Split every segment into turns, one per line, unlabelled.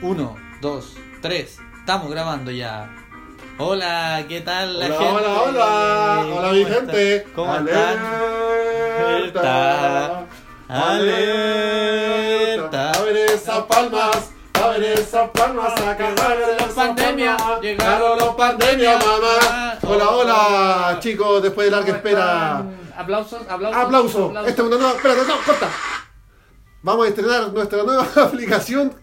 Uno, dos, tres. Estamos grabando ya. Hola, ¿qué tal la
Hola,
gente?
hola, hola,
¿Cómo
hola mi
está-
gente.
¿Cómo están?
Alerta,
Alerta.
A ver esas palmas, a ver esas palmas, acabaron
La
las
pandemia,
palmas.
llegaron
Llegaron los Ah, oh, pandemia, mamá. Hola, hola, chicos, después de larga
¿Cómo
espera.
están? Aplausos, aplausos.
Aplauso.
aplausos.
Esta es una nueva. Espera, no, no, corta. Vamos a estrenar nuestra nueva aplicación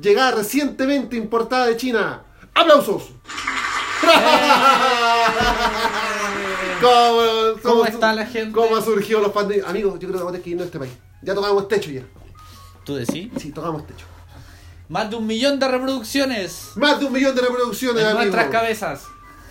llegada recientemente importada de China. ¡Aplausos! ¿Cómo,
¿Cómo está la gente?
¿Cómo han surgido los pandemias? Amigos, yo creo que vamos a tener que irnos a este país. Ya tocamos techo ya.
¿Tú decís?
Sí, tocamos techo.
Más de un millón de reproducciones
Más de un millón de reproducciones,
en
amigos.
nuestras cabezas.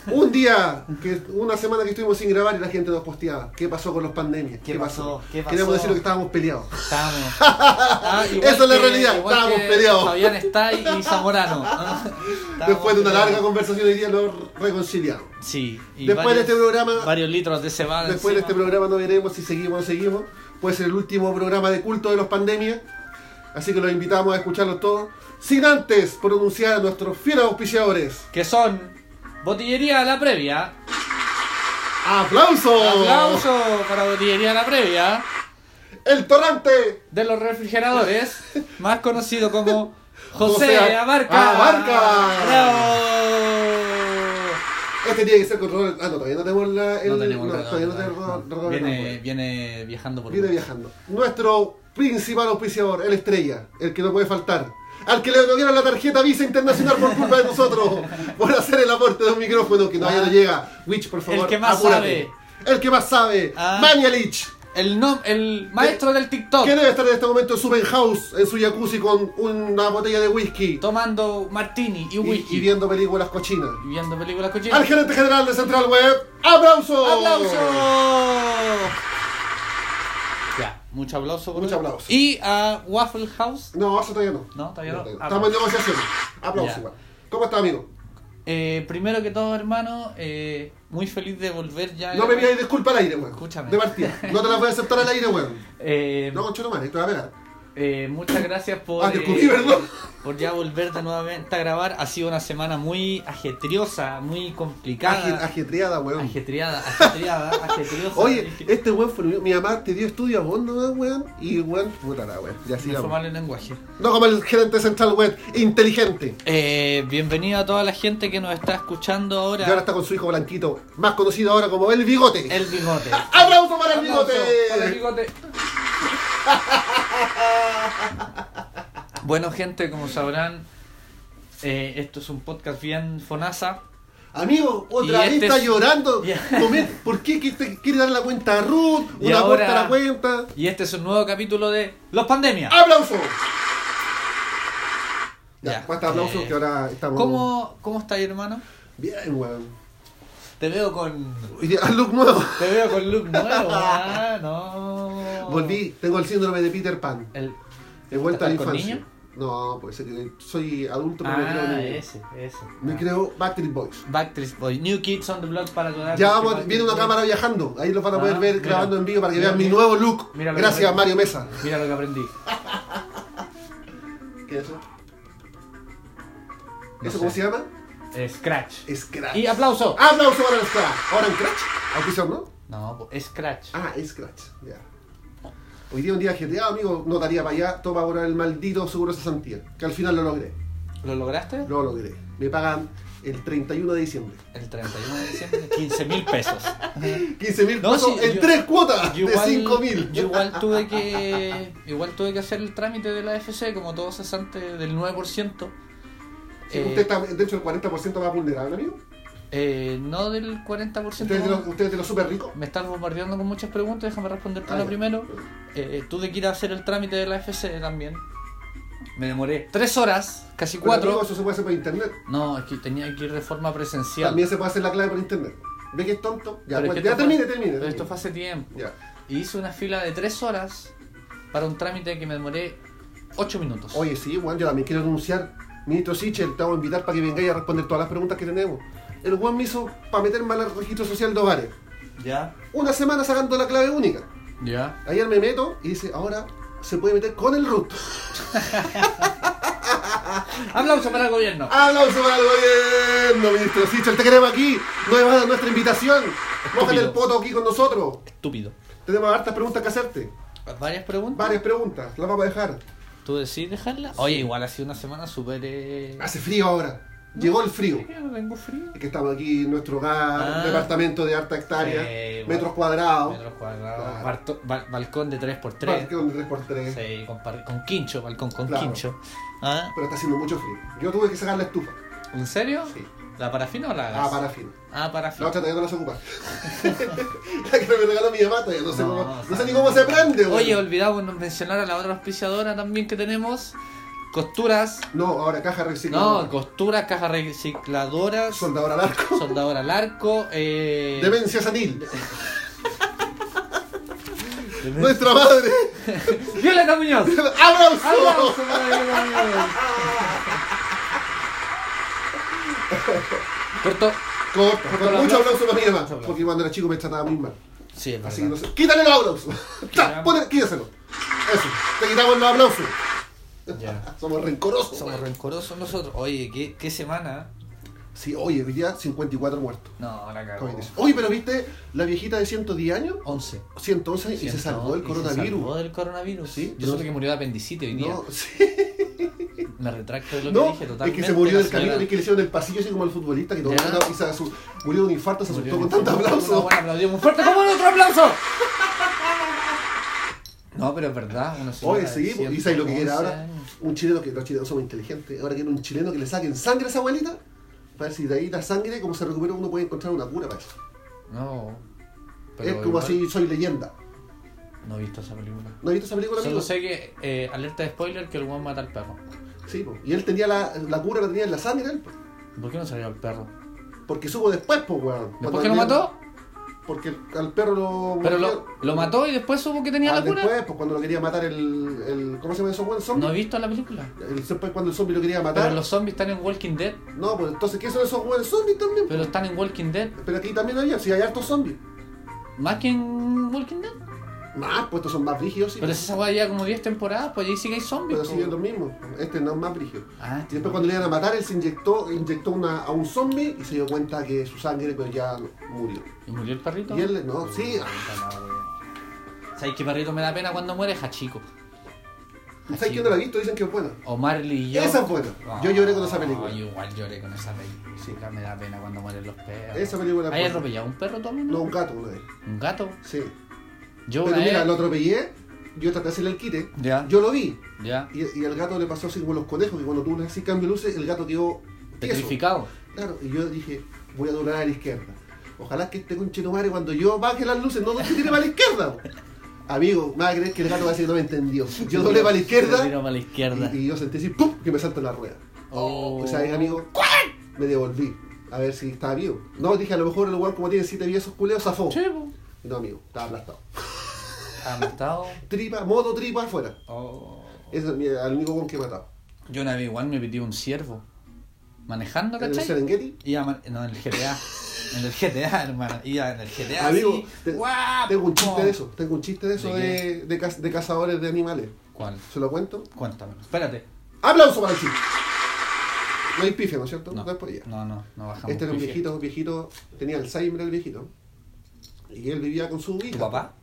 Un día, que una semana que estuvimos sin grabar y la gente nos posteaba. ¿Qué pasó con los pandemias?
¿Qué pasó? ¿Qué pasó?
Queremos decir que estábamos peleados.
Estamos. Ah, igual
Esa es la
que-
realidad,
igual
estábamos
que
peleados.
Fabián está y, y Zamorano. Ah, estábamos
Después de una
peleados.
larga conversación hoy día nos reconciliamos.
Sí. y
Después de
varios-
este programa-
Varios litros de cebada.
Después de este
encima.
programa no veremos si seguimos o no seguimos. Puede ser el último programa de culto de los pandemias. Así que los invitamos a escucharlos todos. Sin antes pronunciar a nuestros fieles auspiciadores.
Que son Botillería La Previa.
¡Aplausos!
Aplauso para Botillería La Previa.
¡El torrante!
De los refrigeradores. Más conocido como José,
José
Abarca.
Abarca.
¡Bravo!
Este tiene que ser con Robert. Ah, no, todavía no tenemos la. el-
no tenemos
no,
redondo,
todavía no tenemos
no.
Robert- Robert
viene,
Rambo.
viene viajando por
Viene
Europa.
viajando. Nuestro principal auspiciador, el estrella, el que no puede faltar. Al que le bloquearon la tarjeta Visa Internacional por culpa de nosotros, por hacer el aporte de un micrófono que todavía no llega. Witch, por favor,
Ah. El que más
apúrate. El que más sabe,
Ah. Oh.
Manialich,
El, nom- el maestro del TikTok.
que debe estar en este momento en su penthouse, en su jacuzzi con una botella de whisky
Tomando martini y
y,
whisky.
y viendo películas cochinas.
Y viendo películas cochinas.
Al gerente general de Central Web, ¡aplauso!
¡Aplauso! Ya, mucho aplauso. por
Mucho
hoy.
aplauso.
Y a Waffle House.
No, eso todavía no.
No, todavía no.
Estamos en negociaciones. Aplauso,
Ya.
igual. ¿Cómo está, amigo?
Eh, primero que todo, hermano, eh, muy feliz de volver ya.
No me pidáis disculpa al aire, weón.
Escúchame.
De partida. No te las voy a aceptar al aire, weón.
Eh,
No, conchero madre, te voy a pegar.
eh, muchas gracias por, eh,
Ah, te escupí, perdón.
por ya volver de nuevamente a grabar. Ha sido una semana muy ajetriosa, muy complicada.
Aje- Ajetreada, weón.
Ajetreada, ajetreada, ajetriosa.
Oye,
Aje-
este weón fue. Mi mamá te dio estudio a vos, ¿no, weón? Y weón, puta la weón. Ya
Me fue
sigamos.
mal el lenguaje.
No como el gerente central, weón. Inteligente.
Eh, bienvenido a toda la gente que nos está escuchando
Y
ahora.
ahora está con su hijo blanquito, más conocido ahora como el bigote.
El bigote.
¡Aplauso para el
Aplauso
bigote!
para el bigote. Bueno, gente, como sabrán, eh, esto es un podcast bien fonasa.
Amigo,
Y
otra vez
este
está
es-
llorando.
Ya.
Comen- ¿Por qué que te quiere dar la cuenta a Ruth?
Y
Una
ahora-
vuelta a la cuenta.
Y este es un nuevo capítulo de Los Pandemias.
¡Aplauso!
Ya,
Ya, basta de aplausos
eh,
que ahora estamos.
¿Cómo, cómo estás, hermano?
Bien, weón.
Te veo con.
Hoy día, ah, look nuevo.
Te veo con look nuevo. Ah, no.
Volví, tengo el síndrome de Peter Pan.
El...
He vuelto a la
¿Estás con
infancia.
niño?
No, pues eh, soy adulto, pero me creo
Ah,
niño.
ese, ese.
Me
Ah.
creo Backstreet Boys.
Backstreet Boys, New Kids on the Block para tu edad.
Ya vamos,
Ah, Backstreet
viene una
Boys.
cámara viajando. Ahí los van a
Ah,
poder ver
mira.
grabando en vivo para que
Mira,
vean mi
mira.
nuevo look.
Mira lo que
Gracias a
tengo.
Mario Mesa.
Mira lo que aprendí.
¿Qué es eso?
No
¿Eso cómo
sé.
se llama?
Eh, Scratch.
Scratch.
Y aplauso.
¡Aplauso para el Scratch! Ahora en Scratch. Auspicio, ¿no?
No, po, Scratch.
Ah, es Scratch, ya. Hoy día un día GTA, amigo, no daría para allá, toma ahora el maldito seguro de cesantía, que al final lo logré,
¿Lo lograste?
lo logré. Me pagan el 31 de diciembre.
El 31 de diciembre, 15 mil pesos.
15 mil
No,
pesos
sí,
en
yo-
tres cuotas
Yo
de 5 mil.
yo igual tuve que igual tuve que hacer el trámite de la FC como todo cesante del 9%. Eh,
usted está, de hecho, el 40% más vulnerable, amigo.
eh, no del 40%.
Usted es de los, usted es de los súper ricos.
Me estás bombardeando con muchas preguntas, déjame responderte
Ah,
la
ya.
primero. Eh, tuve que ir a hacer el trámite de la FC también. Me demoré tres horas, casi
Pero,
cuatro.
amigo, eso se puede hacer por internet.
No, es que tenía que ir de forma presencial.
También se puede hacer la clave por internet. ¿Ve que es tonto? Ya,
Pero es
pues,
que
ya
esto
termine,
fue-
termine.
Pero esto
termine.
fue hace tiempo.
Ya.
Y hice una fila de tres horas para un trámite que me demoré ocho minutos.
Oye, sí, Juan, yo también quiero anunciar. Ministro Sichel, te vamos a invitar para que vengáis a responder todas las preguntas que tenemos. El Juan me hizo para meterme al registro social de hogares.
Ya.
Una semana sacando la clave única.
Ya.
Ayer me meto y dice, ahora se puede meter con el root.
Aplauso para el gobierno.
¡Aplauso para el gobierno, ministro Sichel! ¡Te queremos aquí! ¡Nueva nuestra invitación! ¡Mójate el poto aquí con nosotros!
Estúpido.
Tenemos hartas preguntas que hacerte.
¿Varias preguntas?
Varias preguntas, las vamos a dejar.
¿Tú decís dejarla? Oye, igual ha sido una semana súper... eh,
Hace frío ahora. Llegó el frío.
Yo no tengo frío.
Es que estamos aquí en nuestro hogar,
Ah.
un departamento de harta hectárea,
Sí, bueno.
metros cuadrados.
Metros cuadrados.
Claro.
barto- ba- balcón de 3x3.
parque donde 3x3.
Sí, con, par- con quincho, balcón con
Claro.
quincho. ¿Ah?
Pero está haciendo mucho frío. Yo tuve que sacar la estufa.
¿En serio?
Sí.
¿La parafina o la gas?
Ah, para fin.
Ah,
La
parafina.
otra todavía no la sé ocupar. la que me regaló mi mamá todavía no sé,
No,
cómo, no
sabe.
sé ni cómo se prende, güey.
Oye, olvidamos mencionar a la otra auspiciadora también que tenemos. Costuras.
No, ahora caja reciclada.
No, costuras, cajas recicladoras,
Soldadora al arco.
soldadora al arco. Eh,
Demencia senil.
Demen-
Nuestra madre.
Violeta Muñoz.
¡Aplauso!
Aplauso para Violeta Muñoz. Corto.
Corta,
Corta
con
el
mucho
aplauso.
aplauso para mi mamá.
aplauso.
Porque cuando era chico me trataba muy mal.
Sí, es
Así que no
verdad.
sé. ¡Quítale los aplausos! Ta, ponle- Quítaselo. Eso. Te quitamos los aplausos.
Ya.
Somos rencorosos.
Somos
güey.
rencorosos nosotros. Oye, ¿qué, qué semana?
Sí, oye, hoy día 54 muertos.
No, la cagó.
COVID-19. Oye, pero viste la viejita de 110 años,
11.
111 años, y se salvó del
Se salvó
coronavirus.
del coronavirus.
Sí,
Yo
no-
supe que murió de apendicitis hoy día.
No, sí,
Me retracto de lo
no,
que dije
es
totalmente.
que se murió
la
del
señora-
camino, es que le hicieron el pasillo así como al futbolista que todo
Ya.
y se asu- murió de un infarto, se asustó
Murió
con
de-
tanto
Una
aplauso.
buena aplaudida, muy fuerte, como otro aplauso. No, pero es verdad, una señora
Oye, sí,
de
pues, y sabes lo que quiere
111
ahora.
años.
Un chileno que los chilenos somos inteligentes, ahora quiere un chileno que le saquen sangre a esa abuelita. Para ver si de ahí la sangre, como se recupera, uno puede encontrar una cura para eso.
No.
es
pero
como
igual
así, soy leyenda.
No he visto esa película.
¿No has visto esa película,
Solo
amigo?
sé que, eh, alerta de spoiler, que el weón mata al perro.
Sí, pues. y él tenía la, la cura, la tenía en la sangre, él, pues.
¿Por qué no salió al perro?
porque supo después, pues, weón. Cuando
¿Después que lo
dieron-
mató?
Porque al perro lo.
Pero
mordieron.
lo, lo mató y después supo que tenía
Ah,
la cura.
Después, pues cuando lo quería matar el. el ¿Cómo se llama eso, weón?
No
Zombie.
he visto la película.
El, después cuando el zombie lo quería matar.
Pero los zombies están en Walking Dead.
No, pues entonces, ¿qué son esos weones zombies también?
Pero están en Walking Dead.
Pero aquí también había, si hay hartos zombies.
Más que en Walking Dead.
Más, pues estos son más brígidos, sí.
Pero si esa weá lleva como 10 temporadas, pues ahí sí que hay zombies.
Pero
po.
siguen los mismos. Este no es más brígido.
Ah,
Y después cuando le iban a matar, él se inyectó, inyectó una, a un zombie y se dio cuenta que su sangre pues, ya murió.
¿Y murió el perrito?
Y él, no, sí, ah,
¿Sabes qué perrito me da pena cuando muere? Hachico.
¿Sabes quién no la ha visto? Dicen que es buena.
O Marley y Ah, yo. Ah,
Esa es buena.
No,
Yo lloré con esa película.
Yo igual lloré con esa película.
Sí.
me da pena cuando mueren los perros.
Esa película es
¿Hay
buena.
atropellado un perro también?
No, un gato una vez.
¿Un gato?
Sí.
Yo
Pero
una
mira,
vez-
lo atropellé, yo traté de hacerle el quite,
Ya,
yo lo vi.
ya.
Y, y al gato le pasó así como los conejos, que cuando tú le haces cambio de luces, el gato quedó tieso.
Petrificado.
Claro, y yo dije, voy a doblar a la izquierda. Ojalá que este conchetumare cuando yo baje las luces no se tire para la izquierda. Amigo, me va a creer que el gato va a decir que no me entendió. Yo doblé para la
Se tiró
izquierda
para la izquierda.
y, y yo sentí así, ¡pum! que me salta la rueda.
Oh.
O sea, ahí, amigo, me devolví a ver si estaba vivo. No, dije, a lo mejor el lugar como tiene siete viejos culeos, zafó.
Sí, po.
No, amigo, estaba aplastado.
Ha matado.
Tripa, modo tripa afuera.
Oh.
Ese es mi- el único con que he matado.
Yo una vez igual me pedí un ciervo. Manejando,
¿En el
¿cachai?
Serengeti?
Iba man- no, en el GTA. En el GTA, hermano. Iba en el GTA.
Amigo,
así.
te-
¡Guau!
tengo un chiste de eso. Tengo un chiste de eso
Ah, ¿De
de, de caz- de cazadores de animales.
¿Cuál?
¿Se lo cuento?
Cuéntame. Espérate.
¡Aplauso para el chiste! No hay pifia, ¿no es cierto?
No,
Después ya.
no, no, no bajamos.
Este era un
pifia.
viejito, un viejito, tenía Alzheimer el viejito. Y él vivía con su hija.
¿Tu papá?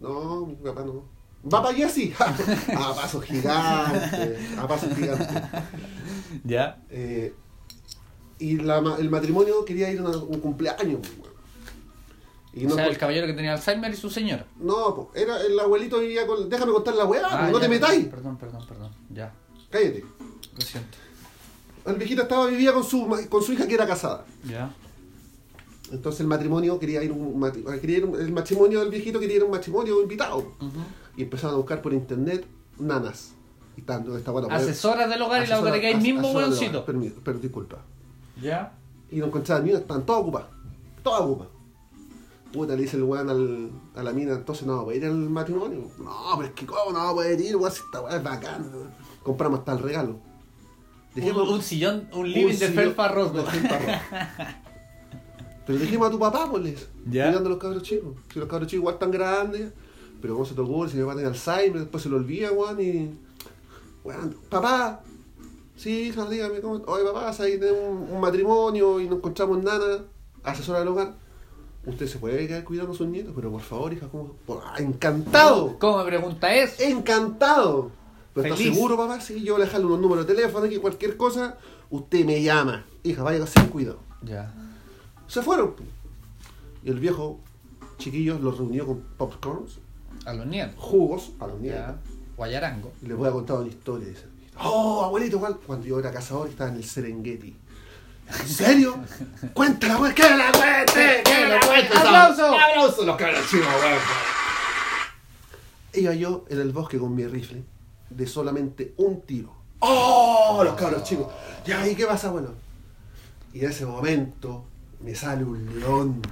No, mi papá no. ¡Va para allá sí! a pasos gigantes, a pasos gigantes.
¿Ya?
Eh, y la ma- el matrimonio quería ir a una- un cumpleaños. pues, weón. Y
o sea,
encont-
el caballero que tenía Alzheimer y su señora.
No, po, era el abuelito vivía con. Déjame contar la weá, po, Ah, no
Ah, ya,
te metáis.
Perdón, perdón, perdón. Ya,
Cállate.
lo siento.
El viejito estaba vivía con su ma- con su hija que era casada.
Ya.
Entonces el matrimonio quería ir a un matri- quería ir a un- el matrimonio del viejito quería ir a un matrimonio invitado.
Ujú.
Y empezaron a buscar por internet nanas. Y tanto esta weá.
Asesoras del hogar y la otra que hay mismo hueoncito.
Pero, pero disculpa.
Ya.
Y no encontraban mina, estaban todas ocupadas. Todas ocupadas. Puta, le dice el weón al, a la mina, entonces no va a poder ir al matrimonio. No, pero es que cómo no va a poder ir, weón, si esta weá es bacán. Compramos hasta el regalo.
Un,
Dejemos-
un sillón, un living de
sillón
felpa roto.
de felpa rosa. Pero dijimos a tu papá, pues, les.
Ya.
Mirando a los cabros chicos. Si los cabros chicos igual están grandes, pero cómo se te ocurre, si mi papá tiene Alzheimer, después se lo olvida, weón, y... Weón, papá, Sí, hija, dígame, ¿cómo? Oye, papá, ahí tenemos un, un matrimonio y no encontramos nada, asesora del hogar. Usted se puede quedar cuidando a sus nietos, pero por favor, hija, ¿cómo? Por- ¡Ah, ¡Encantado!
¿Cómo me pregunta eso?
¡Encantado! ¿Pero está
Feliz.
seguro, papá? Sí, yo voy a dejarle unos números de teléfono aquí, cualquier cosa, usted me llama. Hija, vaya sin cuidado.
Ya.
Se fueron. Y el viejo, chiquillos, los reunió con popcorns,
A los nietos.
jugos, a los nietos.
Ya. Guayarango.
Y les voy a contar una historia, dice. Oh, abuelito, igual, cuando yo era cazador estaba en el Serengeti. ¿En serio? ¡Cuéntala, güey! ¡Que la cuente! ¡Que la cuente!
¡Aplauso!
¡Aplauso! ¡Los cabros chicos, güey! Iba yo en el bosque con mi rifle de solamente un tiro. ¡Oh, los cabros chicos! Ya, ¿y qué pasa, abuelo? Y en ese momento me sale un león.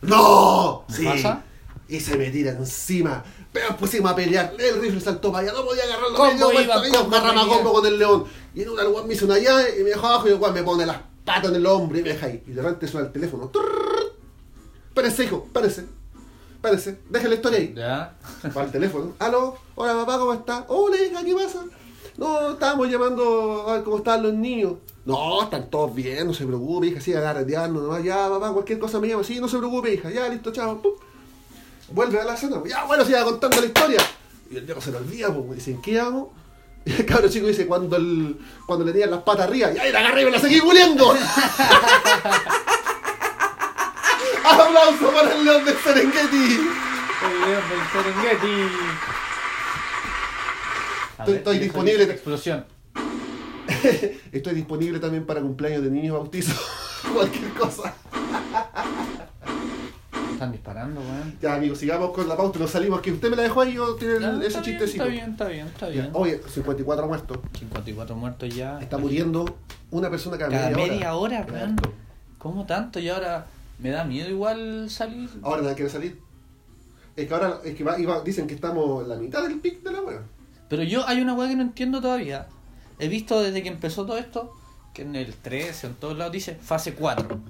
¡No!
¿Qué
Sí.
pasa?
Y se me tira encima. Pero pusimos a pelear. El rifle saltó para allá. No podía agarrarlo.
Combo,
Me dio vuelta,
Iván,
me dio
combo,
marrama
venía.
combo con el león. Y en una el weón me hizo una llave y me dejó abajo. Y el weón me pone las patas en el hombro y me deja ahí. Y de repente suena el teléfono. Turr. Espérese, hijo. Espérese. Espérese. Deja la historia ahí.
Ya.
Para el teléfono. Aló, hola papá, ¿cómo estás? Hola hija, ¿qué pasa? No, estábamos llamando a ver cómo están los niños. No, están todos bien, no se preocupe, hija, sí, agarreteando nomás. Ya, papá, cualquier cosa me llama, sí, no se preocupe, hija. Ya, listo, chao. Pum. Vuelve a la cena, pues. ya, bueno, siga contando la historia. Y el viejo se lo olvida, pues, dicen, ¿qué hago? Y el cabrón chico dice, cuando, el, cuando le tenían las patas arriba, ya, y la agarré y me la seguí culiando. ¡Aplauso para el león de Serengeti!
El león Eh, del Serengeti. A
Estoy-
ver,
estoy
y eso
disponible.
es Explosión.
Estoy disponible también para cumpleaños de niños bautizos. Cualquier cosa.
Están disparando, weón.
Ya, amigos, sigamos con la pauta. Nos salimos que usted me la dejó ahí. Yo tiene el-
Ya,
ese
está bien,
chistecito.
Está bien, está bien, está
Ya,
bien.
Oye, 54 muertos.
54 muertos ya.
Está muriendo una persona cada,
Cada
media,
media hora,
Es
weón.
harto.
¿Cómo tanto? Y ahora me da miedo igual salir.
Ahora nadie quiere salir. Es que ahora es que va- iba- dicen que estamos en la mitad del pic de la hora.
Pero yo hay una weá que no entiendo todavía. He visto desde que empezó todo esto que en el 13 o en todos lados dice fase 4.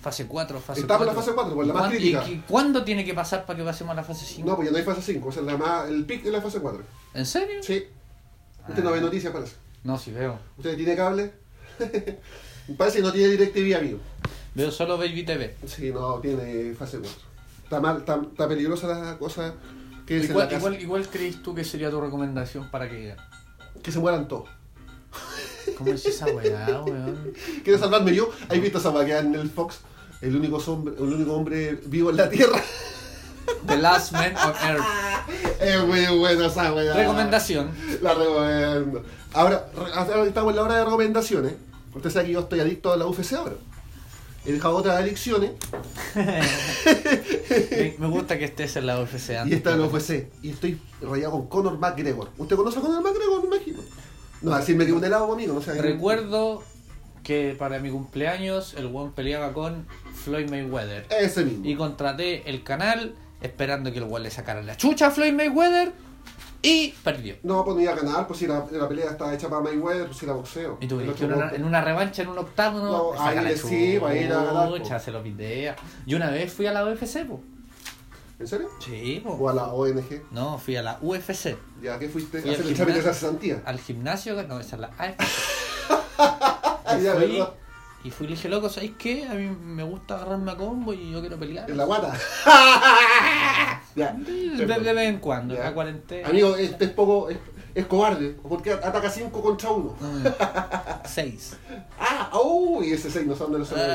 Fase 4, fase
Estamos
4.
en la fase 4, pues, la más
¿Cuán- y
crítica.
qué- ¿Cuándo tiene que pasar para que pasemos a la fase 5?
No, pues ya no hay fase 5. Esa es la más, el pic de la fase 4.
¿En serio?
Sí. Usted
Ah.
no ve noticias, parece.
No, sí veo.
¿Usted tiene cable? parece que no tiene DirecTV, amigo.
Veo solo Baby TV.
Sí, no, tiene fase 4. Está mal, está, está peligrosa la cosa que es en la
Igual,
casa.
igual, igual crees tú que sería tu recomendación para que...
Que se mueran todos.
¿Cómo es esa weá, weón?
¿Quieres salvarme yo? ¿Has visto esa vaquea en el Fox? El único, hombre, el único hombre vivo en la Tierra.
The Last Man on Earth.
Es muy buena esa weá.
Recomendación.
La recomiendo. Ahora, re- ahora estamos en la hora de recomendaciones. Usted sabe que yo estoy adicto a la UFC ahora. He dejado otras adicciones
Me me gusta que estés en la UFC antes.
y esta en la UFC. Y estoy rayado con Conor McGregor. ¿Usted conoce a Conor McGregor? Me imagino. No, así me quedó un helado conmigo. No sé,
Recuerdo que para mi cumpleaños el weón peleaba con Floyd Mayweather.
Ese mismo.
Y contraté el canal esperando que el weón le sacara la chucha a Floyd Mayweather y perdió.
No, pues no iba a ganar, pues si la, la pelea estaba hecha para Mayweather, pues si era boxeo.
Y tuve
El
que
otro
en una,
golpe.
en una revancha, en un octágono,
No,
le saca
ahí
la
le- sí, pues ahí era ganar, po.
chucha, se lo pitea. Yo una vez fui a la UFC, po.
¿En serio?
Sí,
O
po.
a la ONG.
No, fui a la UFC.
¿Ya qué fuiste?
Fui
a hacer
al
el examen de
gimnasio.
cesantía.
Al gimnasio, no, esa es la AFC.
Ah, ya,
Fui,
¿verdad?
y fui y le dije, loco, ¿sabéis qué? A mí me gusta agarrarme a combo y yo quiero pelear.
En la guata. ya.
De, de- de vez en cuando,
Ya.
la cuarentena.
Amigo, este es poco. Es, es cobarde, porque ataca 5 contra 1.
Ah, Seis.
¡Ah! ¡Uy! ese 6 no son de los hombres.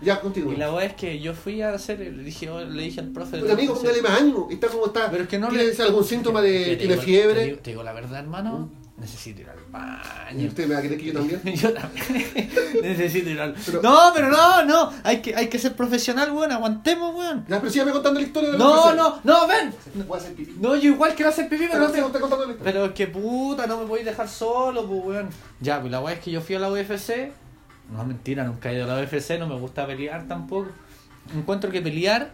Ya, continúa.
Ah. Y la weá es que yo fui a hacer, le dije, oh, le dije al profe.
Pero, amigo, póngale más ánimo. ¿Está como está?
Pero es que no
¿Tiene
le-
algún síntoma de.
Mira, te
¿Tiene
digo-
fiebre? ¿Mm?
Te digo, te digo la verdad, hermano. Necesito ir al
¿Y
baño.
usted me va a creer que yo también?
Yo también. Necesito ir al
Pero-
No, pero no, no. Hay que, hay que ser profesional, weón. Aguantemos, weón.
Ya, pero sígame contando la historia de la
No,
UFC.
no, no, ven.
Voy a hacer pipí.
No, yo igual quiero hacer pipí, pero no
Pero
te
siga usted contando la historia.
Pero es que puta, no me podéis dejar solo, pues weón. Ya, pues la weá es que yo fui a la UFC. No es mentira, nunca he ido a la UFC, no me gusta pelear tampoco. Encuentro que pelear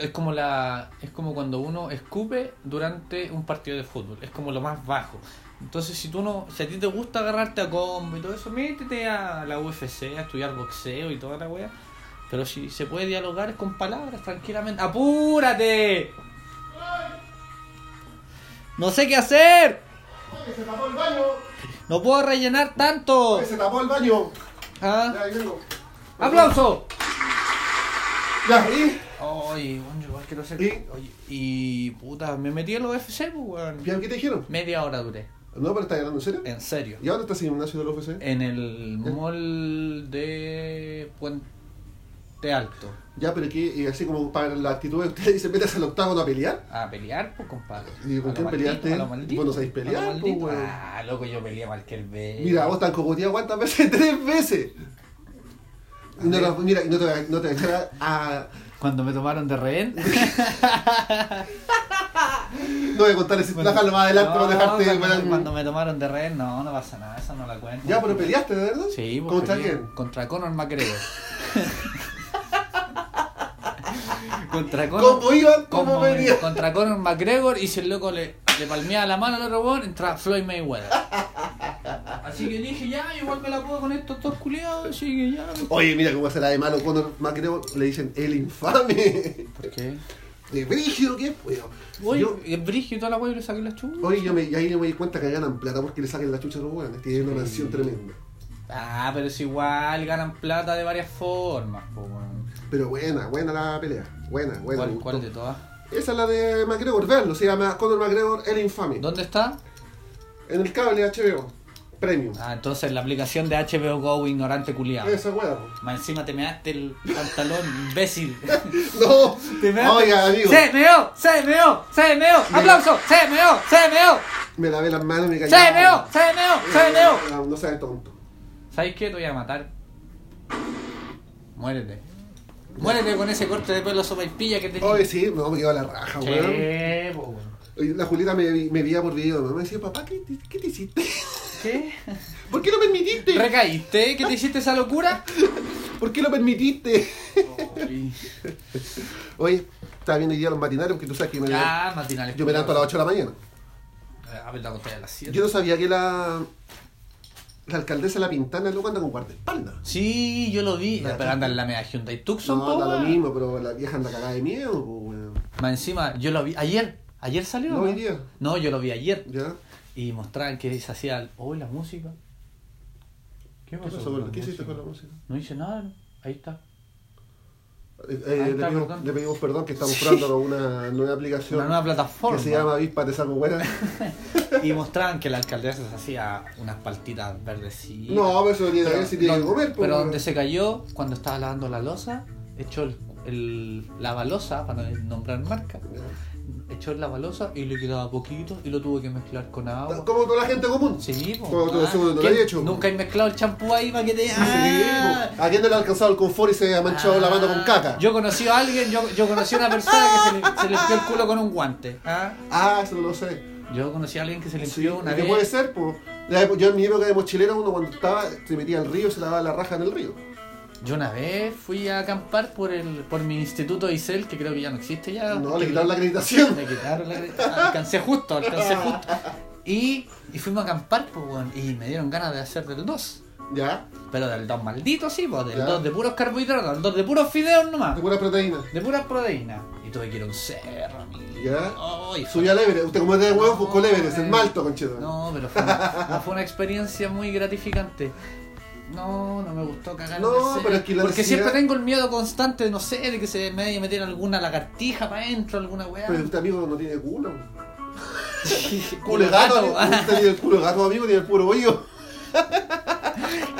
es como la. es como cuando uno escupe durante un partido de fútbol. Es como lo más bajo. Entonces si tú no. Si a ti te gusta agarrarte a combo y todo eso, métete a la UFC, a estudiar boxeo y toda la weá. Pero si se puede dialogar con palabras tranquilamente. ¡Apúrate! No sé qué hacer.
¡Se tapó el baño!
No puedo rellenar tanto.
Ay, Se tapó el baño.
¿Ah?
Ya, ahí vengo.
¡Aplauso!
Ya, ahí.
Oye, weón, yo igual quiero ser.
¿Y?
Oye, y puta, me metí en los UFC, pues, weón.
¿Ya qué te dijeron?
Media hora duré.
No, pero estás hablando en serio.
En serio.
¿Y dónde está ese gimnasio del UFC?
En el mall de Puente Alto.
Ya, pero que y así como para la actitud de ustedes, dicen, métase al octágono a pelear.
A pelear, pues, compadre.
¿Y con
A lo
quién
maldito,
peleaste?
a lo maldito,
Vos no sabés
a lo
pelear, pues,
maldito.
weón.
Ah, loco, yo peleé mal que el B.
Mira, vos tan cocoteado cuántas veces, tres veces. Y no, la- mira, y no te voy a- no te voy a echar a, a-
Cuando me tomaron de rehén.
No voy a contar ese déjalo más adelante
No,
para dejarte.
cuando,
para-
cuando me tomaron de rehén, no, no pasa nada, esa no la cuento.
Ya, pero peleaste, ¿de verdad?
Sí, pues,
¿Contra
peleé
quién?
Contra Conor McGregor. contra Conor.
¿Cómo iban? ¿Cómo,
como
venían?
me- contra Conor McGregor y si el loco le, le palmeaba la mano al otro weón, entra Floyd Mayweather. Así que dije, ya, igual me la puedo con estos dos culiados, así que ya.
Oye, mira cómo será de malo Conor McGregor. Le dicen el infame.
¿Por qué?
De brígido que es, weón.
Oye,
Yo- Oh.
el brillo eh, y toda la weá y le saqué la chucha.
Oye, yo me, y ahí yo me di cuenta que ganan plata porque le saquen la chucha a los weones. Tienen una
Mm.
nación tremenda.
Ah, pero es igual, ganan plata de varias formas, po, weón.
Pero buena, buena la pelea. Buena, buena.
¿Cuál,
me gustó.
cuál de todas?
Esa es la de McGregor, veanlo. Se llama Conor McGregor el infame.
¿Dónde está?
En el cable HBO. Premium.
Ah, entonces la aplicación de HBO Go, ignorante culiado.
Esa weá. po.
Más encima te measte el pantalón, imbécil.
No.
Te measte-
Oiga, amigo.
¡Se meó! ¡Se meó! ¡Se meó! ¡Aplauso! ¡Se meó! ¡Se meó!
Me lavé las manos y me caí.
¡Se meó! ¡Se meó! ¡Se meó!
No, no seas tonto.
¿Sabes qué? Te voy a matar. Muérete. Muérete con ese corte de pelo sopa y pilla que te...
Oye, sí, no, me quedó la raja, weón.
¿Qué? po, weón?
Oye, La Julieta me, vi- me veía por video, ¿no? Me decía, papá, ¿qué te, qué te hiciste?
¿Qué?
¿Por qué lo permitiste?
¿Recaíste? ¿Que te hiciste esa locura?
¿Por qué lo permitiste?
Uy.
Oye, estaba viendo hoy día los matinarios, porque tú sabes que me-
Ya, matinales.
yo me levanto a las 8 de la mañana.
Ah, verdad, conté a las 7.
Yo no sabía que la, la alcaldesa de La Pintana loco anda con guardaespaldas.
Sí, yo lo vi.
Ya,
Pero
ya.
anda en la media Hyundai Tucson, po,
No, da lo
weón.
mismo, pero la vieja anda cagada de miedo, po, weón.
Más encima, yo lo vi ayer. ¿Ayer salió?
No, hoy día.
No, yo lo vi ayer.
¿Ya?
Y mostraban que se hacía... el- Oh, la música. ¿Qué
¿Qué
pasó
pasó?
con
con-
la
¿Qué hiciste
música?
con la música?
No hice nada. ¿no? Ahí está.
Eh, eh,
Ahí
le,
está,
pedimos,
perdón.
le pedimos perdón que estamos probando una nueva aplicación
Una nueva plataforma.
que se llama Avispa de Saco Buena.
Y mostraban que la alcaldesa se hacía unas paltitas verdecitas.
No, pero eso tiene que ver si tiene que
donde-
comer. po,
pero
weón.
donde se cayó, cuando estaba lavando la losa, echó el, el- la balosa, para no nombrar marca, echó la balosa y le quedaba poquito y lo tuvo que mezclar con agua.
Como toda la gente común.
Sí, po,
Como tú
ah,
decimos, no lo
¿quién
he hecho.
Nunca he mezclado el champú ahí para que te. Ah.
Sí, po. Ah, ¿A quién no le ha alcanzado el confort y se ha manchado la mano con caca?
Yo conocí a alguien, yo, yo conocí a una persona que se, le, se limpió el culo con un guante. ¿ah?
Ah, eso no lo sé.
Yo conocí a alguien que se limpió
Sí,
una
¿y
vez.
¿Qué puede ser? po? La época- Yo en mi época de mochilero, uno cuando estaba, se metía al río y se lavaba la raja en el río.
Yo una vez fui a acampar por el por mi instituto ISEL, que creo que ya no existe ya.
No,
porque
le quitaron la acreditación.
me quitaron la- ah, Alcancé justo, alcancé justo. Y, y fuimos a acampar, pues, weón, y me dieron ganas de hacer del 2.
¿Ya?
Pero del 2 maldito, sí, pues, del
Ya.
2 de puros carbohidratos, del 2 de puros fideos nomás.
De pura proteína.
De puras proteínas. Y tuve que ir a un cerro, amigo.
Ya.
Ay, fue-
Subió al Everest. Usted como es de huevo, buscó el Everest, el
eh,
malto, concheto.
No, pero fue una, no, fue una experiencia muy gratificante. No, no me gustó cagar. en
No,
el cerro.
pero es que la
Porque
necesidad-
siempre tengo el miedo constante, no sé, de que se me vaya a meter alguna lagartija para adentro, alguna weá.
Pero usted, amigo, no tiene culo. Culo
Culo
de gato.
gato.
amigo. Usted tiene el culo de gato, amigo, tiene el puro hoyo.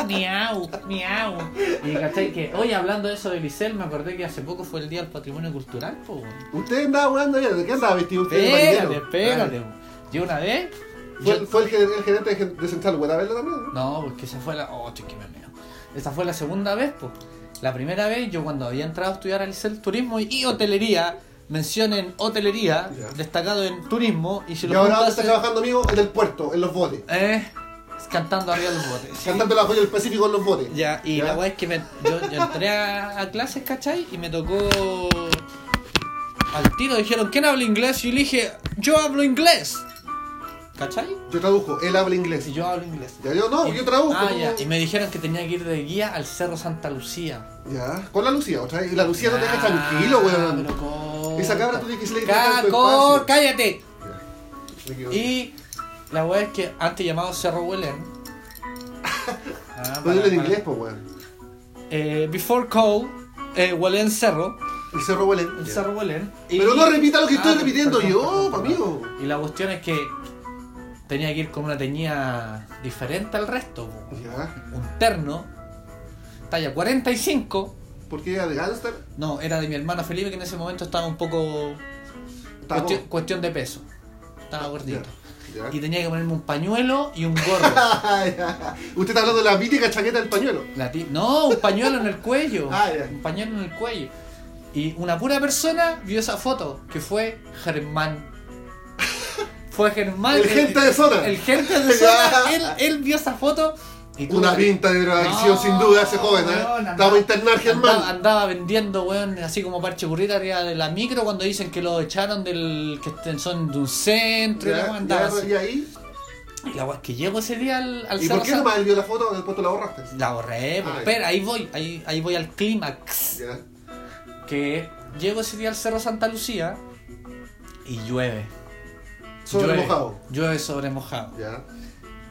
Miau, miau. Y cachai que hoy hablando de eso de Lisel, me acordé que hace poco fue el Día del Patrimonio Cultural, po. weón.
Usted andaba jugando ya. ¿De qué andaba vestido usted? de
Espérate,
marinero?
espérate. Yo una vez.
Fue,
yo-
fue el, ger- el gerente de, gen- de Central Guadalajara también. ¿no?
No, porque esa fue la. Oh, chiqui, me meo. Esa fue la segunda vez, pues. La primera vez, yo cuando había entrado a estudiar al ICEL Turismo y, y Hotelería, mencionen Hotelería,
Ya.
destacado en Turismo, y si
Y
lo
ahora dónde
juntas
está trabajando, amigo, en el puerto, en los botes.
en- Eh, cantando arriba de los botes.
Cantando la joya del Pacífico en los botes.
Ya, y
Ya.
la weá es que me- yo, yo entré a, a clases, ¿cachai? Y me tocó. Al tiro dijeron, ¿quién habla inglés? Y yo le dije, Yo hablo inglés. ¿cachai?
Yo tradujo, él habla inglés.
Si yo hablo inglés.
Ya yo no,
Y-
yo tradujo.
Ah,
tú-
ya. Y me dijeron que tenía que ir de guía al Cerro Santa Lucía.
Ya, con la Lucía otra vez. Y la Lucía no te deja
Ah,
tranquilo,
pero
weón.
corta.
Esa cabra tú tienes que se le
Ca-
quitar tanto
cor-
espacio.
¡Cállate!
Ya, me equivoqué.
Y la weá es que antes llamado Cerro Huelén, Ah,
Ponelo
para-
en
para-
inglés, pues, weón.
Eh, Before Cold, eh, Huelén Cerro.
El cerro huele.
El Cerro Huelén. Y- Ah,
Pero no repita lo que estoy
perdón,
repitiendo
perdón,
yo,
perdón,
amigo.
perdón. Y la cuestión es que tenía que ir con una teñida diferente al resto. po.
Ya.
Un terno, talla 45.
¿Por qué era de gangster?
No, era de mi hermano Felipe que en ese momento estaba un poco...
Estaba
Cuestión,
como-
cuestión de peso. Estaba gordito.
Ya.
Y tenía que ponerme un pañuelo y un gorro.
Ya. Usted está hablando de la mítica chaqueta del pañuelo.
La ti- no, un pañuelo en el cuello.
Ah, ya.
Un pañuelo en el cuello. Y una pura persona vio esa foto, que fue Germán. Fue Germán.
El gente de zona.
Ah, El gente de zona. él, él vio esa foto. Y tuvo
Una
que-
pinta de drogadicción,
No,
sin duda, ese joven, ¿eh?
weón, andaba-
Estaba a internar,
Andaba,
Germán.
andaba vendiendo, weón, así como parche currita arriba de la micro cuando dicen que lo echaron del. que estén- son de un centro. y la
Ya,
weón andaba
ya,
así.
¿Y ahí?
Y la weón es que llego ese día al, al
¿Y por
Cerro
qué
San-
nomás él vio la foto después tú la borraste?
La borré, pues,
Ah, ya.
pero ahí voy, ahí, ahí voy al clímax.
Ya.
que llego ese día al Cerro Santa Lucía y llueve.
Sobre
Llueve.
mojado.
Llueve sobre mojado.
Ya.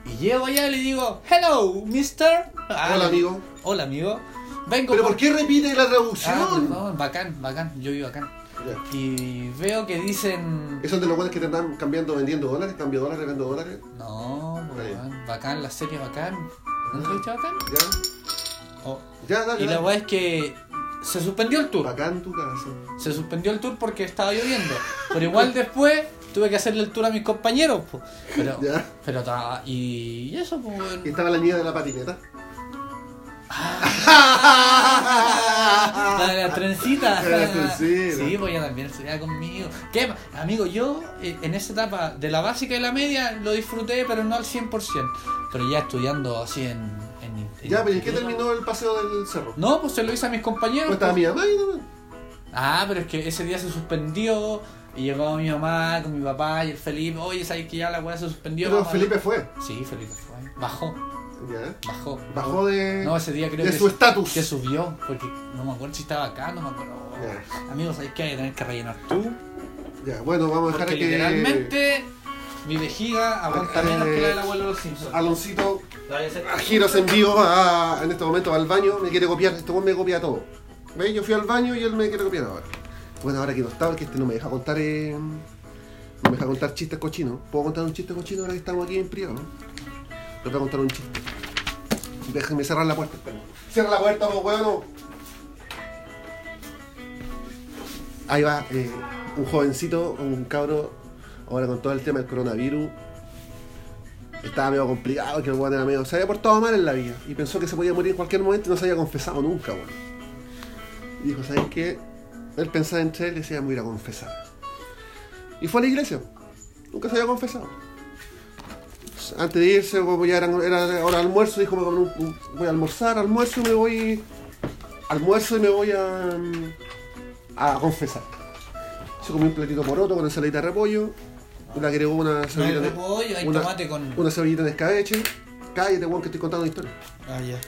Y llego allá y le digo, hello, mister. Ah,
Hola,
le-
amigo.
Hola, amigo. Vengo
¿Pero por qué repite la
Ah,
traducción?
perdón, bacán, bacán. Yo vivo acá.
Ya.
Y veo que dicen...
Esos de los buenos que te andan cambiando, vendiendo dólares, cambio dólares, vendo dólares.
No, pues,
Ahí.
weón, bacán, la serie bacán. ¿No escuchaste bacán?
Ya.
Oh.
Ya, dale.
Y la
Ah, dale.
weá es que se suspendió el tour.
Bacán tu casa.
se suspendió el tour porque estaba lloviendo. Pero igual después tuve que hacerle el tour a mis compañeros. po. Pero,
Ya.
pero ta- y eso, pues.
Y estaba la niña de la patineta.
Ah. La de la trencita.
Ah, La de la trencita.
Sí, pues ella también estudiaba conmigo. ¿Qué? pa- Amigo, yo eh, en esa etapa de la básica y la media lo disfruté, pero no al 100%. Pero ya estudiando así en. en- en-
Ya, pero ¿y qué terminó el paseo del cerro?
No, pues se lo hice a mis compañeros.
Pues estaba
pues.
mi mamá y no.
Ah, pero es que ese día se suspendió y llegó mi mamá con mi papá y el Felipe. Oye, ¿sabes que ya la weá se suspendió?
Pero
Vamos a-
Felipe fue.
Sí, Felipe fue. Bajó,
Ya.
bajó.
Bajó de.
No, ese día creo
de
que
su
su-
estatus.
que subió, porque no me acuerdo si estaba acá, no me acuerdo.
Ya.
Amigo, ¿sabes qué? Hay que tener que rellenar tú.
Ya, bueno, vamos a
Porque
dejar que.
literalmente mi vejiga aguanta
Eh,
menos que la del abuelo de los
Ah.
Simpsons.
Aloncito,
Dale, ese-
a giros en vivo, va- en este momento va al baño, me quiere copiar, este weón me copia todo. ¿Veis? Yo fui al baño y él me quiere copiar ahora. Bueno, ahora que no está, porque este no me deja contar. eh, no me deja contar chistes cochinos. ¿Puedo contar un chiste cochino ahora que estamos aquí en privado? Les voy a contar un chiste. Déjenme cerrar la puerta, espera. Cierra la puerta, vos, huevón. Ahí va, eh, un jovencito, un cabro, ahora con todo el tema del coronavirus, estaba medio complicado, que el weón era medio. Se había portado mal en la vida y pensó que se podía morir en cualquier momento y no se había confesado nunca, weón. Y dijo, ¿sabes qué? Él pensaba entre él y decía, me voy a ir a confesar. Y fue a la iglesia. Nunca se había confesado. Antes de irse, como ya eran- era hora de almuerzo, dijo, me voy a comer un- un- voy a almorzar, almuerzo y me voy. Almuerzo y me voy a. mm, a confesar. Se comió un platito poroto con ensaladita de repollo. Le agregó una
No hay
cebollita de-
repollo, hay
una-
tomate con.
una cebollita de escabeche. Cállate, weón, que estoy contando una historia.
Ah, ya.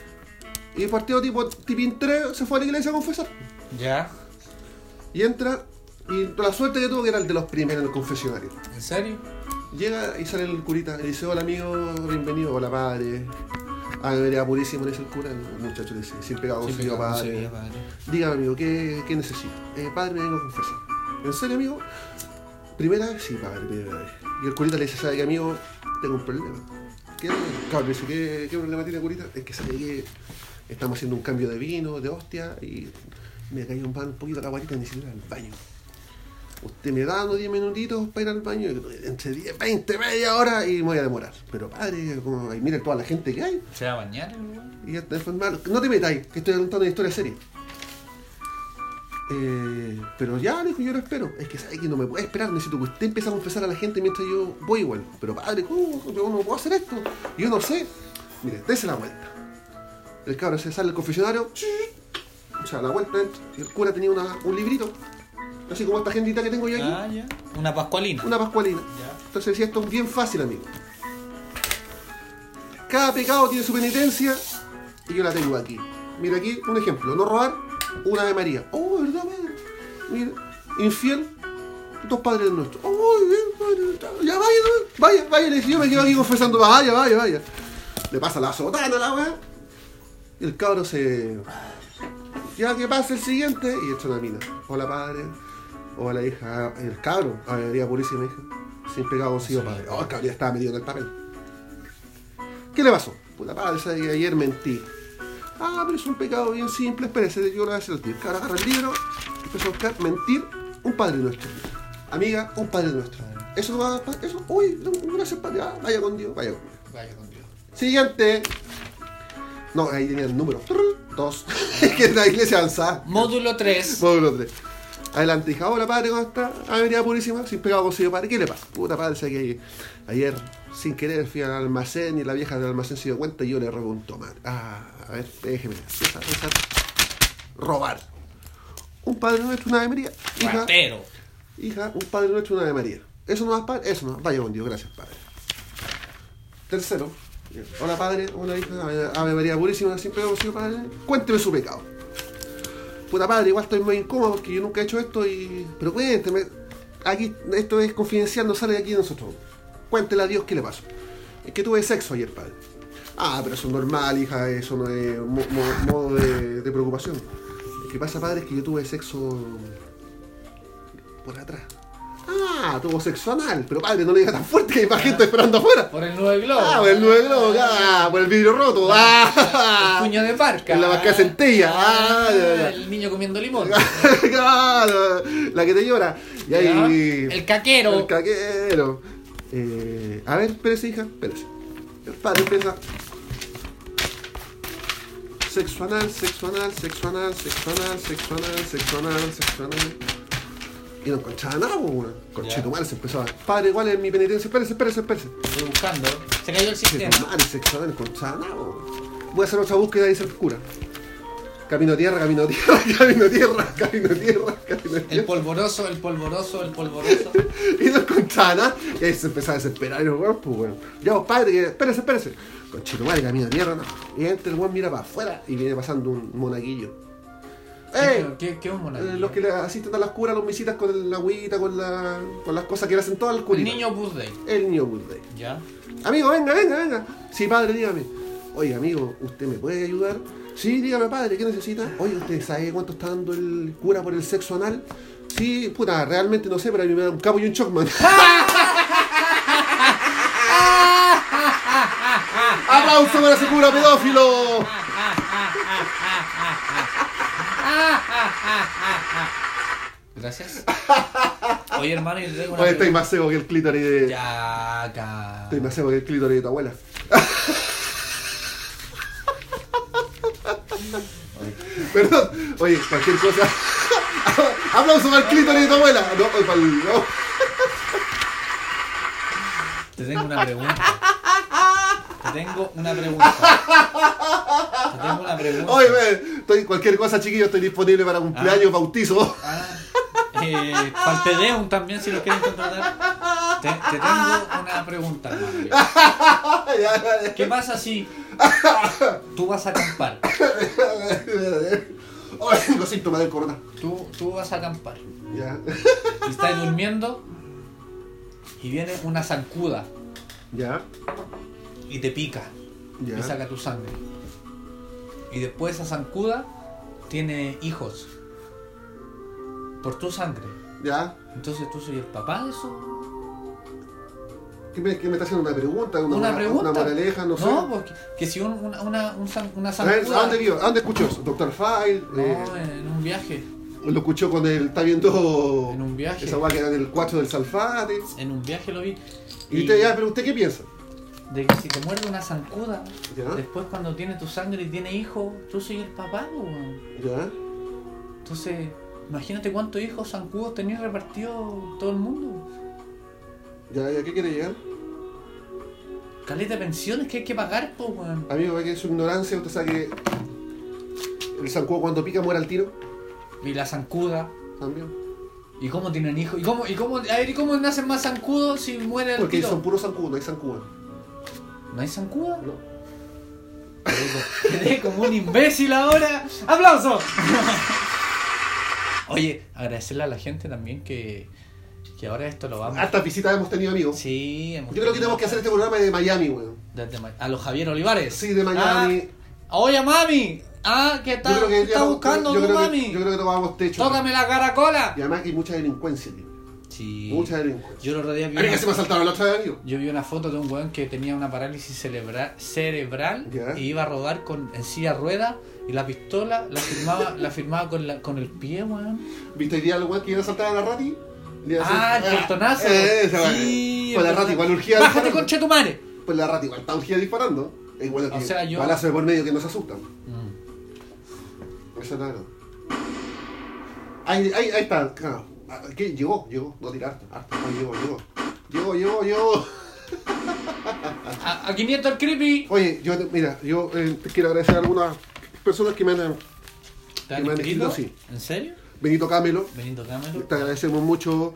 Y partió tipo tipín 3, se fue a la iglesia a confesar.
¿Ya?
Y entra, y la suerte que tuvo que era el de los primeros en el confesionario.
¿En serio?
Llega y sale el curita, y dice, hola amigo, bienvenido, hola padre. Ah, era purísimo, le dice el cura, el muchacho le dice, sin pecado
Sí,
concebido,
pero no se
padre.
veía, padre.
Dígame amigo, ¿qué, qué necesita? Eh, padre, me vengo a confesar. ¿En serio amigo? ¿Primera vez? Sí, padre, primera vez. Y el curita le dice, ¿sabe qué amigo? Tengo un problema. ¿Qué Claro, le dice, ¿qué, qué problema tiene curita? Es que sabe que estamos haciendo un cambio de vino, de hostia, y me cayó un, pan, un poquito la guatita ni siquiera al baño. Usted me da unos 10 minutitos para ir al baño, entre 10, 20, media hora, y me voy a demorar. Pero padre, como, y mira toda la gente que hay.
¿Se va a bañar? el weón?
Y ya te fue mal. No te metáis, que estoy contando una historia seria. Eh, pero ya, le dijo, yo lo espero. Es que sabe que no me puede esperar. Necesito que usted empiece a confesar a la gente mientras yo voy igual. Pero padre, ¿cómo? Yo no puedo hacer esto. Yo no sé. Mire, dése la vuelta. El cabrón se sale del confesionario. O sea, la vuelta. El cura tenía una- un librito. Así como esta agendita que tengo yo aquí.
Ah, ya. Una pascualina.
Una pascualina.
Ya.
Entonces decía, esto es bien fácil, amigo. Cada pecado tiene su penitencia y yo la tengo aquí. Mira aquí un ejemplo. No robar, una de María. Oh, ¿verdad, padre? Mira, infiel, dos padres nuestros. Oh, bien, padre. Ya vaya, ¿no? vaya, vaya. Le dice, yo me quedo aquí confesando. Vaya, vaya, vaya. Le pasa la sotana a la weá. Y el cabro se. Ya que pasa el siguiente. Y echa una mina. Hola padre. Hola hija. El cabro. Avería purísima hija. Sin pecado consigo padre. Oh, el cabro ya estaba metido en el papel. ¿Qué le pasó? Puta padre, sabe que ayer mentí. Ah, pero es un pecado bien simple. Espérese, yo lo voy a hacer al tío. El cabro agarra el libro. Empezó a buscar mentir un padre nuestro. Amiga, un padre nuestro. Eso va. pa- Eso. Uy, gracias padre. Ah, vaya con Dios. Vaya con Dios.
Vaya con Dios.
Siguiente. No, ahí tenía el número. Trrr, Dos. que es la iglesia avanzada.
Módulo 3.
Módulo 3. Adelante, hija. Hola, padre, ¿cómo está? Avenida Purísima, sin pecado consigo, padre. ¿Qué le pasa? Puta padre, sé que ayer, sin querer, fui al almacén y la vieja del almacén se dio cuenta y yo le robé un tomate. Ah, a ver, déjeme. Esa, esa. Robar. Un padre nuestro, una Ave María. Hija,
Ratero.
hija, un padre nuestro, una Ave María. Eso no más, padre. Eso no más. Vaya con Dios, gracias, padre. Tercero. Hola padre, hola hija, Ave- Ave María Purísima, sin pecado consigo, padre. Cuénteme su pecado. Puta padre, igual estoy muy incómodo porque yo nunca he hecho esto y. Pero cuénteme. Aquí, esto es confidencial, no sale de aquí de nosotros. Cuéntele a Dios qué le pasó. Es que tuve sexo ayer, padre. Ah, pero eso es normal, hija, eso no es mo- mo- modo de, de preocupación. Lo que pasa, padre, es que yo tuve sexo. por atrás. Ah, tuvo sexo anal. Pero padre, no le diga tan fuerte que hay más gente esperando afuera.
Por el 9 globo.
Ah, por el nuevo globo, ah, por el vidrio roto, ah,
El puño de barca.
La barca centella. Ah, ya, Ah, ya.
el niño comiendo limón.
Claro, la que te llora. Y ahí,
Ya. El caquero.
El caquero. Eh, a ver, espérese, hija, espérese. El padre empieza. Sexo anal, sexo anal, sexo anal, sexo anal, sexo anal, sexo anal, sexo anal. Y no encontraba nada, pues, weón. Conchetumal, se empezó a. Padre, igual es mi penitencia. Espérese, espérese, espérese.
Estoy buscando. Se cayó el
Sí,
sistema.
es normal, sexual, no encontraba nada, po. Voy a hacer otra búsqueda y dice el cura. Camino tierra, camino tierra, camino tierra, camino tierra, camino
El
tierra.
polvoroso, el polvoroso, el polvoroso.
Y no encontraba nada. Y ahí se empezaba a desesperar y el weón, pues bueno. Ya vos padre, que espérese, espérese. Conchito madre, camino tierra, no. Y entra el weón, mira para afuera y viene pasando un monaguillo. ¡Ey!
¿Qué, qué es un
Eh,
monaguillo?
Los que le asisten a las curas, los visitas con el- la agüita, con, la, con las cosas que le hacen todas las
El
curitas.
niño Birthday.
El niño Woodley.
Ya.
Amigo, venga, venga, venga. Sí, padre, dígame. Oye, amigo, ¿usted me puede ayudar? Sí, dígame, padre, ¿qué necesita? Oye, ¿usted sabe cuánto está dando el cura por el sexo anal? Sí, puta, realmente no sé, pero a mí me da un capo y un chocman. ¡Aplauso para ese cura pedófilo!
Gracias. Oye, hermano, yo te tengo una.
Oye, estoy
pregunta.
más seco que el clítoris de...
Ya, ca-
Estoy más seco que el clítoris de tu abuela. Perdón. Oye, cualquier cosa. Aplauso para el clítoris de tu abuela. No, oye, para el- no.
Te tengo una pregunta. Te tengo una pregunta. Te tengo una pregunta.
Oye, ve, estoy, cualquier cosa, chiquillo, estoy disponible para cumpleaños, bautizo.
Ah, eh, Paltedeum también, si lo quieren contratar. Te, te tengo una pregunta, hermano.
Ya, ya,
¿Qué pasa si tú vas a acampar?
ya. Oye, tengo síntomas del corona.
Tú, tú vas a acampar.
Ya.
Y estás durmiendo y viene una zancuda
Ya.
y te pica y
Ya.
saca tu sangre. Y después esa zancuda tiene hijos por tu sangre.
Ya.
Entonces tú soy el papá de eso.
¿Qué me, qué me está haciendo una pregunta? Una,
Una,
mora-
pregunta.
Una moraleja, no, sé.
porque que si un- una, una, un zan- una
A ver,
zancuda.
¿A dónde vio? ¿A dónde escuchó eso? ¿Doctor File? Eh,
pues, No, en un viaje.
Lo escuchó con él, está viendo
En un viaje.
esa weá que era del 4 del Salfate.
En un viaje lo vi.
Y usted ya, pero usted qué piensa?
De que si te muerde una zancuda,
Ya.
después cuando tiene tu sangre y tiene hijos, tú soy el papá, po, weón.
Ya.
Entonces, imagínate cuántos hijos zancudos tenías repartido todo el mundo.
Ya, ya, ¿qué quiere llegar?
Caleta de pensiones que hay que pagar, po, weón.
Amigo, ve que es su ignorancia, usted sabe que el zancudo cuando pica muere al tiro.
Y la zancuda.
También.
¿Y cómo tienen hijos? ¿Y cómo, y cómo, a ver, ¿y cómo nacen más zancudos si muere el
Porque
tiro?
son puros zancudos, no hay zancudas.
¿No hay zancuda?
No.
Quedé como un imbécil ahora. ¡Aplauso! Oye, agradecerle a la gente también que, que ahora esto lo vamos.
Hasta visitas hemos tenido, amigos.
Sí, hemos
Yo creo que tenemos que hacer este programa de Miami, weón.
Desde Ma- a los Javier Olivares.
Sí, de Miami.
Ah, Oye, mami. Ah, ¿qué
Yo
estás
creo que-
estás
yo-
buscando
yo
tú,
creo que-
mami?
Yo creo que tomamos techo.
Tócame la caracola.
Y además que hay mucha delincuencia, tío.
Sí.
Mucha delincuencia.
Yo los otro día vi
Mira que
una-
se me asaltaron la otra vez, amigo.
Yo vi una foto de un weón que tenía una parálisis celebra- cerebral
Ya.
y iba a rodar con en silla rueda y la pistola la firmaba, la firmaba con, la, con el pie, weón.
¿Viste hoy día al weón que iba a saltar a la rati? Le iba a
Ah,
hacer-
el portonazo.
Eh, esa weá.
Sí,
Pues la
el
rati igual urgía
¡Bájate,
disparando.
concha de tu madre!
Pues la rati igual está urgida disparando. E Igual
O sea, yo-
Balazo de por medio que nos asustan.
Mm.
Esa es la verdad. Ahí, ahí, ahí está. claro. Ah, ¿Qué? Llegó, llegó. No tiraste. harto. Ah, llegó, llegó. Llegó, llegó, llegó.
A, a 500 el creepy.
Oye, yo, te- mira, yo eh, te quiero agradecer a algunas personas que me han...
¿Te han
me han
escrito?
escrito,
¿En serio?
Benito Camelo,
Benito Cámara.
te agradecemos mucho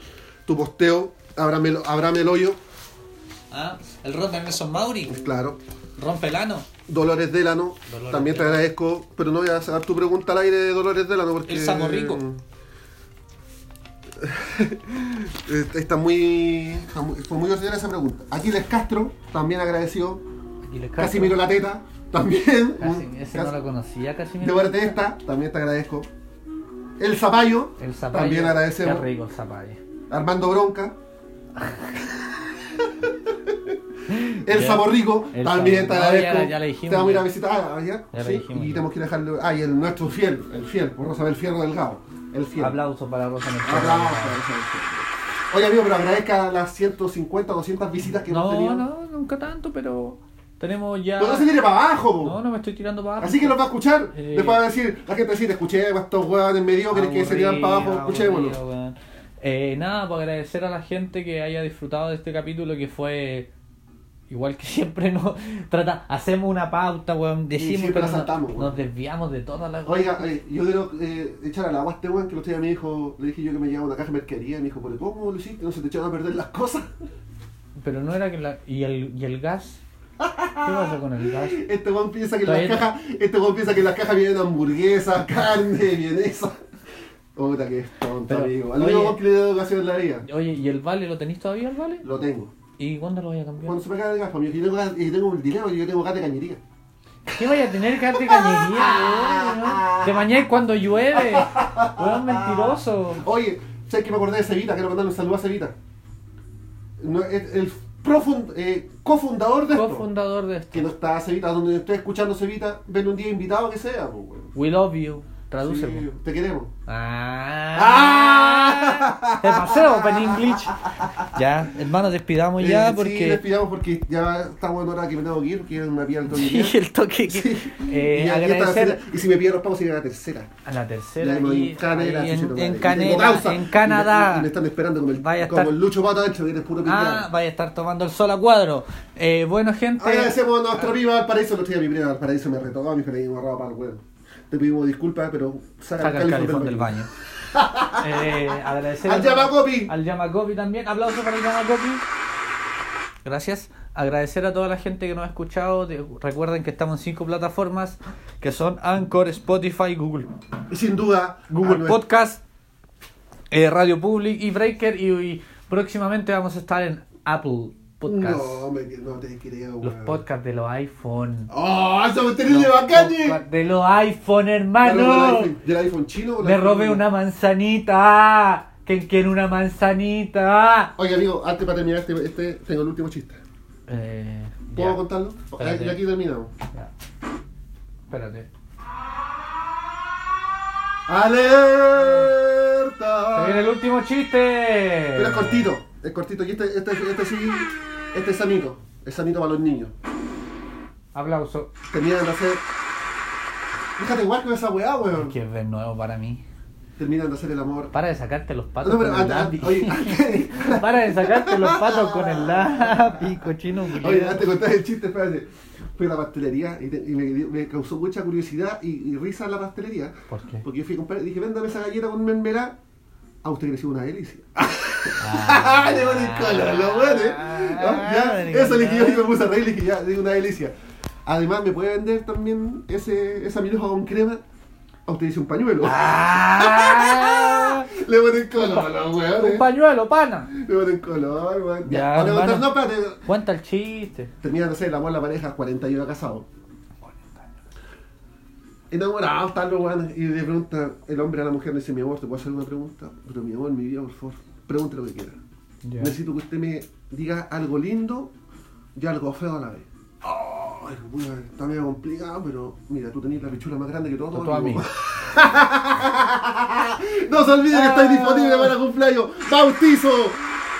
tu posteo. Abrame, el- abrame el hoyo.
Ah, el Ron de Nelson Mauri.
Claro.
Rompe el ano.
Dolores Delano,
Dolores
también te
Delano.
agradezco, pero no voy a sacar tu pregunta al aire de Dolores Delano porque...
El sapo rico.
Eh, está muy... está muy- Fue muy ordinaria esa pregunta. Aquiles Castro, también agradecido.
Y le
Casimiro La Teta, también.
Casi, ese no
Cas-
lo conocía, casi
Débora Testa, también te agradezco. El Zapallo,
El zapallo.
también agradecemos.
Qué rico el zapallo.
Armando Bronca. El
Ya.
sabor rico,
El
también
sabor-
te
no,
agradezco.
ya- ya le dijimos,
te vamos a ir a
ya.
visitar. Ah, ya,
Ya le
sí,
dijimos,
y
ya.
tenemos que dejarle. Ah, y el nuestro fiel, el fiel, por Rosabel Fierro Delgado. El fiel.
Aplauso para Rosa Mercedes.
Hablamos, Rosabel Fierro. Oye, amigo, pero agradezca las 150 o 200 visitas que hemos
No,
tenido.
no, nunca tanto, pero tenemos ya.
Pero no se tire para abajo, po.
No, no me estoy tirando para abajo.
Así que los va a escuchar.
Eh.
Después va a decir, la gente va a decir, escuché a estos huevones mediocres que se tiran para abajo.
Aburrido,
Escuchémoslos.
aburrido, weón. Eh, nada, para agradecer a la gente que haya disfrutado de este capítulo que fue. Igual que siempre no trata, hacemos una pauta, weón, decimos,
siempre
pero
la
no-
saltamos,
nos,
weón.
desviamos de todas las
Oiga, eh, yo quiero eh, echar al agua a este weón que los días me dijo, le dije yo que me llevaba una caja de mercadería, y me dijo, pero ¿cómo lo hiciste? ¿No se te echaron a perder las cosas?
Pero no era que la. ¿Y el, y el gas? ¿Qué pasó con el gas?
Este weón piensa que en las
Todavía no.
cajas, este weón piensa que en las cajas vienen hamburguesas, carne, vienesa. Puta que es tonto,
Pero,
amigo. Al
oye.
único weón que le da educación en la vida.
Oye, ¿y el vale lo tenéis todavía el vale?
Lo tengo.
¿Y cuándo lo voy a cambiar?
Cuando se me cae el gas, amigo, yo tengo, gas- y tengo el dinero, yo tengo gas de cañería.
¿Qué vaya a tener que darte cañería, weón, weón? Te bañáis cuando llueve. Weón mentiroso.
Oye, ¿sabes que me acordé de Cevita? Quiero mandarle un saludo a Cevita. No, es el profund- eh, cofundador de esto.
Cofundador de esto.
que no está Cevita, donde esté escuchando Cevita, ven un día invitado que sea, pues, weón.
We love you. Traduce.
Sí,
weón.
te queremos.
Ah, te pasé open English. Ya, hermano, despidamos
Eh,
ya
Sí,
porque.
despidamos porque ya está bueno ahora que me tengo que ir, porque es una pía del todo el
Sí,
día.
el toque. que- Eh,
y, ya- y esta
agradecer
tercera- y si me piden los pagos, sería la tercera.
a la tercera.
Ya, no,
ahí-
en Canadá,
ahí
chucha,
en,
madre.
en
Y tengo
Canela,
causa,
en
Y me, y
Canadá.
me están esperando como el,
Vaya a
como
estar-
el Lucho Pato Ancho, que eres puro
Ah,
pintado.
vaya a estar tomando el sol a cuadro. Eh, bueno, gente.
Agradecemos a nuestra prima Valparaíso, el otro día mi prima Valparaíso me retó, mi prima me agarraba para el huevo. Te pedimos disculpas, pero saca,
Saca el calefón
califón
del baño. Eh, agradecer
Al Yamagopi.
Al Yamagopi también. Aplauso para el Yamagopi. Gracias. Agradecer a toda la gente que nos ha escuchado. De- recuerden que estamos en cinco plataformas que son Anchor, Spotify, Google,
Y sin duda, a
Google
nuestro-
Podcast, eh, Radio Public y Breaker. Y, y próximamente vamos a estar en Apple Podcast.
No, me, no te creo,
Los
weón.
podcasts de los iPhone.
¡Oh! ¡Eso me tenés de
Los
bacane!
podcasts de los iPhone,
Claro, ¿Del
hermano.
eh. iPhone- del iPhone chino? o del
Me
iPhone-
robé una manzanita. ¿Quién quiere una manzanita?
Oye, amigo, antes para terminar este, este tengo el último chiste.
Eh,
¿Puedo
ya,
contarlo?
Espérate.
Y aquí terminamos.
ya. Espérate. Se viene
¡Alerta!
el último chiste.
Pero es cortito, es cortito. Y este, este, este sí, este es sanito. Es sanito para los niños.
Aplauso.
Terminan de hacer... Fíjate igual con esa weá, weón.
Que es nuevo para mí.
Terminan de hacer el amor.
Para de sacarte los patos
No, pero
con el
antes,
lápiz.
antes- oye, antes,
Para de sacarte los patos con el lápiz, cochino.
Oye, antes de contar el chiste, espérate. Fui a la pastelería y, te- y me, dio- me causó mucha curiosidad y, y risa en la pastelería.
¿Por qué?
Porque yo fui a comprar y dije, véndame esa galleta con mermelada. A usted le sido una delicia.
Ah.
Le ponen color, lo bueno, eh. Ah, ya, Eso le dije yo y me puse a reír y dije, ya, digo una delicia. Además, ¿me puede vender también ese, esa miloja con crema? A usted le hice un pañuelo.
Ah.
Le ponen color, los
Un
weones.
pañuelo, pana.
Le ponen color, weón. Ya,
Ya,
ahora voy a contar-
hermano.
no, espérate.
Cuenta el chiste.
Terminan de hacer el amor la pareja, 41 casados. enamorados están los weones. Y le pregunta el hombre a la mujer, le dice, mi amor, ¿te puedo hacer una pregunta? Pero mi amor, mi vida, por favor, pregúntale lo que quiera.
Ya.
Necesito que usted me diga algo lindo y algo feo a la vez. Oh, weón, está medio complicado, pero mira, tú tenés la pichula más grande que todo.
Todo a mí.
No se olviden que estáis
Ah.
disponibles para cumpleaños, bautizo,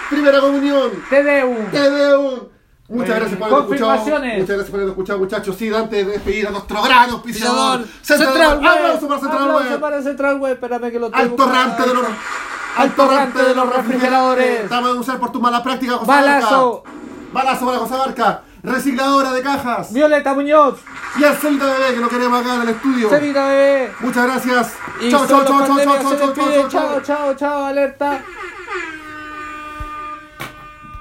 primera comunión,
TDU.
te veo. Muchas
Eh,
gracias por haber escuchado. Muchas
confirmaciones.
gracias por haber escuchado, muchachos. Sí, antes de despedir a nuestro gran auspiciador, Central,
Central Web.
Aplauso para Central
Aplauso
Web.
para Central Web. Espérame que lo tengo.
Al torrante de los. Al torrante de los refrigeradores. Estamos a denunciar por tu mala práctica, José
Balazo.
Barca. Balazo para José Barca. Recicladora de cajas.
Violeta Muñoz.
Y el Celta Bebé que lo queremos acá en el estudio.
Sevita Bebé.
Muchas gracias.
Y
Chao, chao,
eh. solo
chao, chao,
pandemia
chao,
se
chao, chao,
despide.
chao, chao.
chao, chao, alerta.